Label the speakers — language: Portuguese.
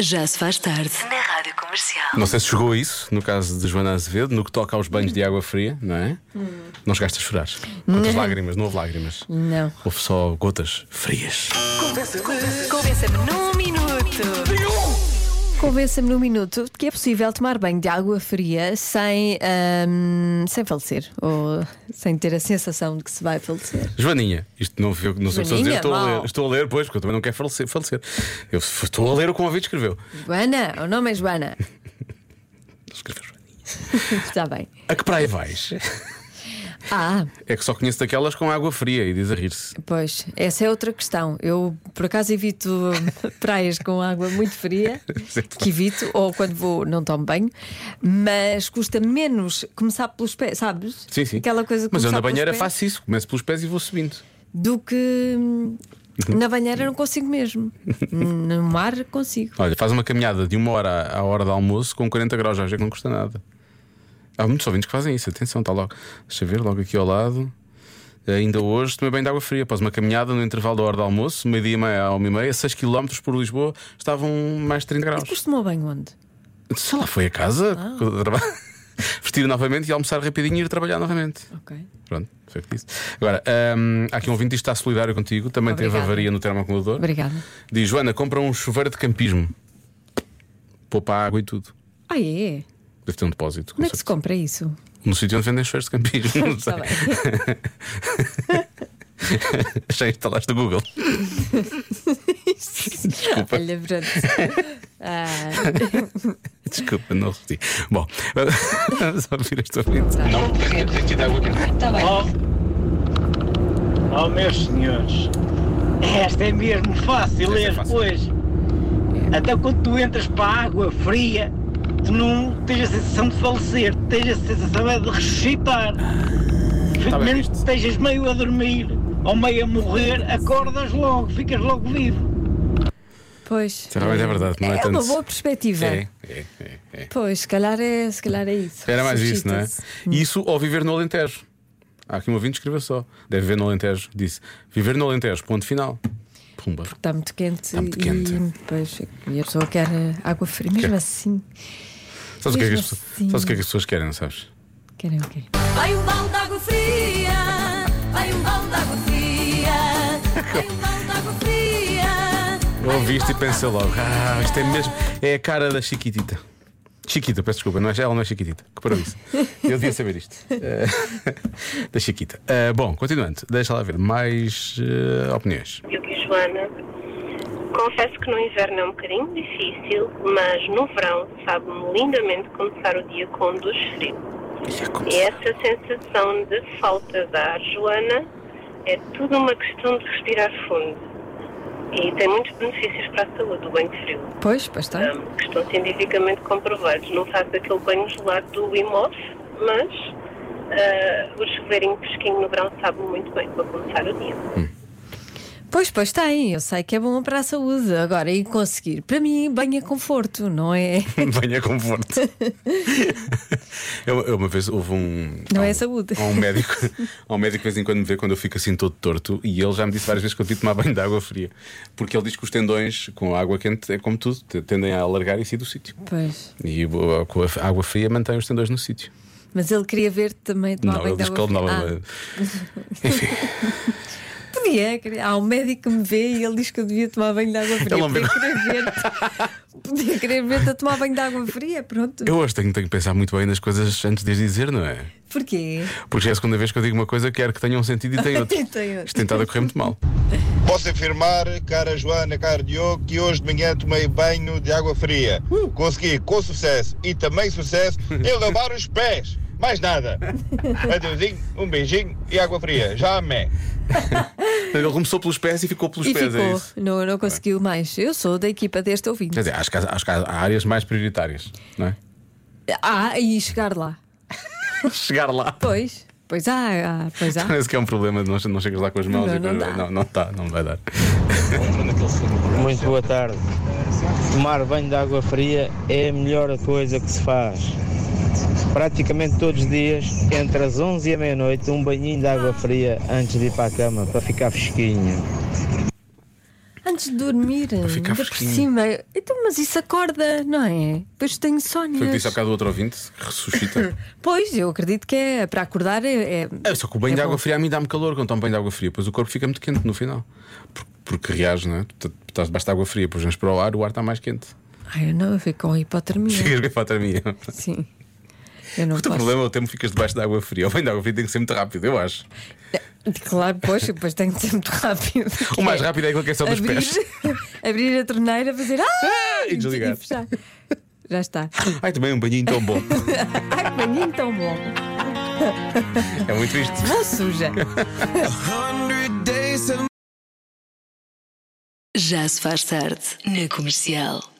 Speaker 1: Já se faz tarde.
Speaker 2: na Rádio Comercial.
Speaker 3: Não sei se chegou a isso, no caso de Joana Azevedo, no que toca aos banhos de água fria, não é? Não chegaste a chorar. Quantas lágrimas, não houve lágrimas.
Speaker 4: Não.
Speaker 3: Houve só gotas frias.
Speaker 2: Convença-me num minuto.
Speaker 4: Convença-me num minuto que é possível tomar banho de água fria sem, ahm, sem falecer ou sem ter a sensação de que se vai falecer.
Speaker 3: Joaninha, isto não, eu, não sei o que estou a dizer,
Speaker 4: Joaninha,
Speaker 3: estou a ler,
Speaker 4: mal.
Speaker 3: estou a ler, pois, porque eu também não quero falecer. falecer. Eu f- estou a ler o que o ouvinte escreveu.
Speaker 4: Joana, o nome é Joana.
Speaker 3: Escreveu Joaninha.
Speaker 4: Está bem.
Speaker 3: A que praia vais?
Speaker 4: Ah,
Speaker 3: É que só conheço daquelas com água fria e diz a rir-se.
Speaker 4: pois, essa é outra questão. Eu, por acaso, evito praias com água muito fria, que evito, ou quando vou, não tomo banho, mas custa menos começar pelos pés, sabes?
Speaker 3: Sim, sim.
Speaker 4: Aquela coisa que
Speaker 3: Mas eu na
Speaker 4: começar pelos
Speaker 3: banheira
Speaker 4: pés.
Speaker 3: faço isso, começo pelos pés e vou subindo.
Speaker 4: do que hum,
Speaker 3: Uhum.
Speaker 4: na banheira não consigo mesmo. No mar consigo.
Speaker 3: Olha, faz uma caminhada de uma hora à hora do almoço com 40 graus, já vê que não custa nada. Há muitos ouvintes que fazem isso, atenção, está logo. Deixa eu ver, logo aqui ao lado. Ainda hoje tomei bem de água fria. Após uma caminhada no intervalo da hora do almoço, meio-dia e meia à uma e meia, 6 km por Lisboa, estavam mais 30 graus.
Speaker 4: Costumou bem onde?
Speaker 3: Sei lá, foi a casa, trabalho, vestir novamente e almoçar rapidinho e ir trabalhar novamente.
Speaker 4: Ok.
Speaker 3: Pronto, foi o que disse. Agora, hum, há aqui um ouvinte que está solidário contigo, também teve
Speaker 4: Obrigada.
Speaker 3: avaria no termoacumulador.
Speaker 4: Obrigada.
Speaker 3: Diz Joana, compra um chuveiro de campismo. Poupa água e tudo.
Speaker 4: Ah, é?
Speaker 3: Deve ter um depósito. com
Speaker 4: Como é que se
Speaker 3: certeza.
Speaker 4: compra isso?
Speaker 3: No sítio onde vendem chuveiros de campismo. Não sei.
Speaker 4: Está bem.
Speaker 3: Já instalaste o Google. Desculpa.
Speaker 4: Olha, pronto. Ah,
Speaker 3: Desculpa, não repeti. Bom, vamos ouvir este ouvinte.
Speaker 5: Não perguntes aqui de água quente.
Speaker 6: Tá bem.
Speaker 7: Oh, oh, meus senhores, esta é mesmo fácil,
Speaker 3: Esta é
Speaker 7: é
Speaker 3: fácil.
Speaker 7: pois. Até quando tu entras para a água fria, tu não tens a sensação de falecer, tens a sensação é de ressuscitar.
Speaker 3: Ah, tá bem
Speaker 7: Mesmo
Speaker 3: visto.
Speaker 7: que estejas meio a dormir ou meio a morrer, acordas logo, ficas logo vivo.
Speaker 4: pois.
Speaker 3: Realmente é verdade, não é,
Speaker 4: É
Speaker 3: tanto.
Speaker 4: uma boa perspectiva.
Speaker 3: É, é, é, é.
Speaker 4: Pois, se calhar é, se calhar é isso.
Speaker 3: Era mais isso, não é?
Speaker 4: Suscita-se.
Speaker 3: Isso ou viver no Alentejo. Há aqui um ouvinte que escreveu só. Deve viver no Alentejo. Disse: Viver no Alentejo, ponto final. Pumba.
Speaker 4: Está Tá muito quente. Está
Speaker 3: Tá muito quente.
Speaker 4: E, pois, e a pessoa quer eh, água fria. Mesmo
Speaker 3: Quer.
Speaker 4: assim,
Speaker 3: Sabes o que é que as
Speaker 4: Mesmo
Speaker 3: pessoas-
Speaker 4: assim.
Speaker 3: sabes o que é que as pessoas querem, não sabes?
Speaker 4: querem o quê?
Speaker 2: Vai um balde de água fria. Vai um balde de água fria. Vai um balde de água fria.
Speaker 3: Eu ouvi isto e pensei logo, ah, isto é mesmo. É a cara da Chiquitita. Chiquita, peço desculpa, não é, ela não é Chiquitita. Que parou isso. Eu devia saber isto. Eh, da Chiquita. Eh, bom, continuando, deixa lá ver mais eh, opiniões.
Speaker 8: Eu e Joana. Confesso que no inverno é um bocadinho difícil, mas no verão sabe-me lindamente começar o dia com um dos frios. E essa sensação de falta de ar, Joana, é tudo uma questão de respirar fundo. E tem muitos benefícios para a saúde, o banho frio,
Speaker 4: Pois, pois tá. está.
Speaker 8: hum, que estão cientificamente comprovados. Não faz aquele banho gelado do Wim Hof, mas ah, o chuveirinho fresquinho no verão sabe muito bem para começar o dia.
Speaker 4: Pois, pois tem, eu sei que é bom para a saúde. Agora, e conseguir? Para mim, banho é conforto, não é?
Speaker 3: Venha conforto. eu, eu uma vez houve um.
Speaker 4: Não
Speaker 3: há um-
Speaker 4: é saúde.
Speaker 3: Há um médico, há um médico de vez em quando me vê quando eu fico assim todo torto e ele já me disse várias vezes que eu devia tomar banho de água fria. Porque ele diz que os tendões com a água quente é como tudo, te- tendem a alargar e sair do sítio.
Speaker 4: Pois.
Speaker 3: E o- com a água fria mantém os tendões no sítio.
Speaker 4: Mas ele queria ver também tomar
Speaker 3: Não,
Speaker 4: banho
Speaker 3: ele
Speaker 4: de
Speaker 3: diz que
Speaker 4: então água
Speaker 3: ele não.
Speaker 4: fria. Ah, podia, queria. Há um médico que me vê e ele diz que eu devia tomar banho de água fria.
Speaker 3: Ele não
Speaker 4: Podia
Speaker 3: bebe.
Speaker 4: querer ver-te. Podia querer ver-te a tomar banho de água fria, pronto.
Speaker 3: Eu hoje tenho, tenho que pensar muito bem nas coisas antes de as dizer, não é?
Speaker 4: Porquê?
Speaker 3: Porque já é a segunda vez que eu digo uma coisa, quero que tenha um sentido e tem outro.
Speaker 4: Tem outro.
Speaker 3: Isto tem estado a correr muito mal.
Speaker 9: Posso afirmar, cara Joana, cara Diogo, que hoje de manhã tomei banho de água fria. Consegui, com sucesso e também sucesso, em lavar os pés. Mais nada. Adeusinho, um beijinho e água fria. Já amém.
Speaker 3: Ele começou pelos pés e ficou pelos
Speaker 4: E
Speaker 3: pés, é
Speaker 4: ficou,
Speaker 3: isso.
Speaker 4: não, não conseguiu mais. Eu sou da equipa deste ouvinte.
Speaker 3: Quer dizer, acho que, há- acho que há há áreas mais prioritárias, não é?
Speaker 4: Ah, e chegar lá.
Speaker 3: Chegar lá.
Speaker 4: Pois, pois há, há, pois há.
Speaker 3: Parece que é um problema de não, não chegas lá com as mãos
Speaker 4: Não,
Speaker 3: e
Speaker 4: não
Speaker 3: com as-
Speaker 4: dá.
Speaker 3: não, não está, não vai dar.
Speaker 10: Muito boa tarde. Tomar banho de água fria é a melhor coisa que se faz. Praticamente todos os dias, entre as 11 e a meia-noite, um banhinho de água fria antes de ir para a cama, para ficar fresquinho.
Speaker 4: antes de dormir, ainda
Speaker 3: ficar
Speaker 4: por
Speaker 3: fresquinho.
Speaker 4: cima. Então, mas isso acorda, não é? Depois tenho
Speaker 3: Foi o que
Speaker 4: sónias.
Speaker 3: disse há bocado o outro ouvinte, que ressuscita.
Speaker 4: Pois, eu acredito que é para acordar é, é-
Speaker 3: É, só que o banho
Speaker 4: É
Speaker 3: de água
Speaker 4: bom.
Speaker 3: fria a mim dá-me calor quando tomo banho de água fria, pois o corpo fica muito quente no final. Por- Porque reage, não é? Tu estás debaixo de água fria, depois vens para o ar, o ar está mais quente.
Speaker 4: Ai, eu não, eu fico com hipotermia.
Speaker 3: Chegas com a hipotermia.
Speaker 4: Sim. Eu não
Speaker 3: O teu
Speaker 4: posso.
Speaker 3: problema é o tempo que ficas debaixo de água fria. O banho de água fria tem que ser muito rápido, eu acho.
Speaker 4: Claro, pois, e depois tem que ser muito rápido.
Speaker 3: O mais
Speaker 4: Que é
Speaker 3: rápido é aquilo que é só dos
Speaker 4: abrir,
Speaker 3: pés.
Speaker 4: abrir a torneira, fazer. Ah!
Speaker 3: E desligar.
Speaker 4: fechar. Já está.
Speaker 3: Ai, também um banhinho tão bom.
Speaker 4: Ai, que banhinho tão bom.
Speaker 3: É muito isto.
Speaker 4: Mão suja.
Speaker 2: Já se faz tarde na comercial.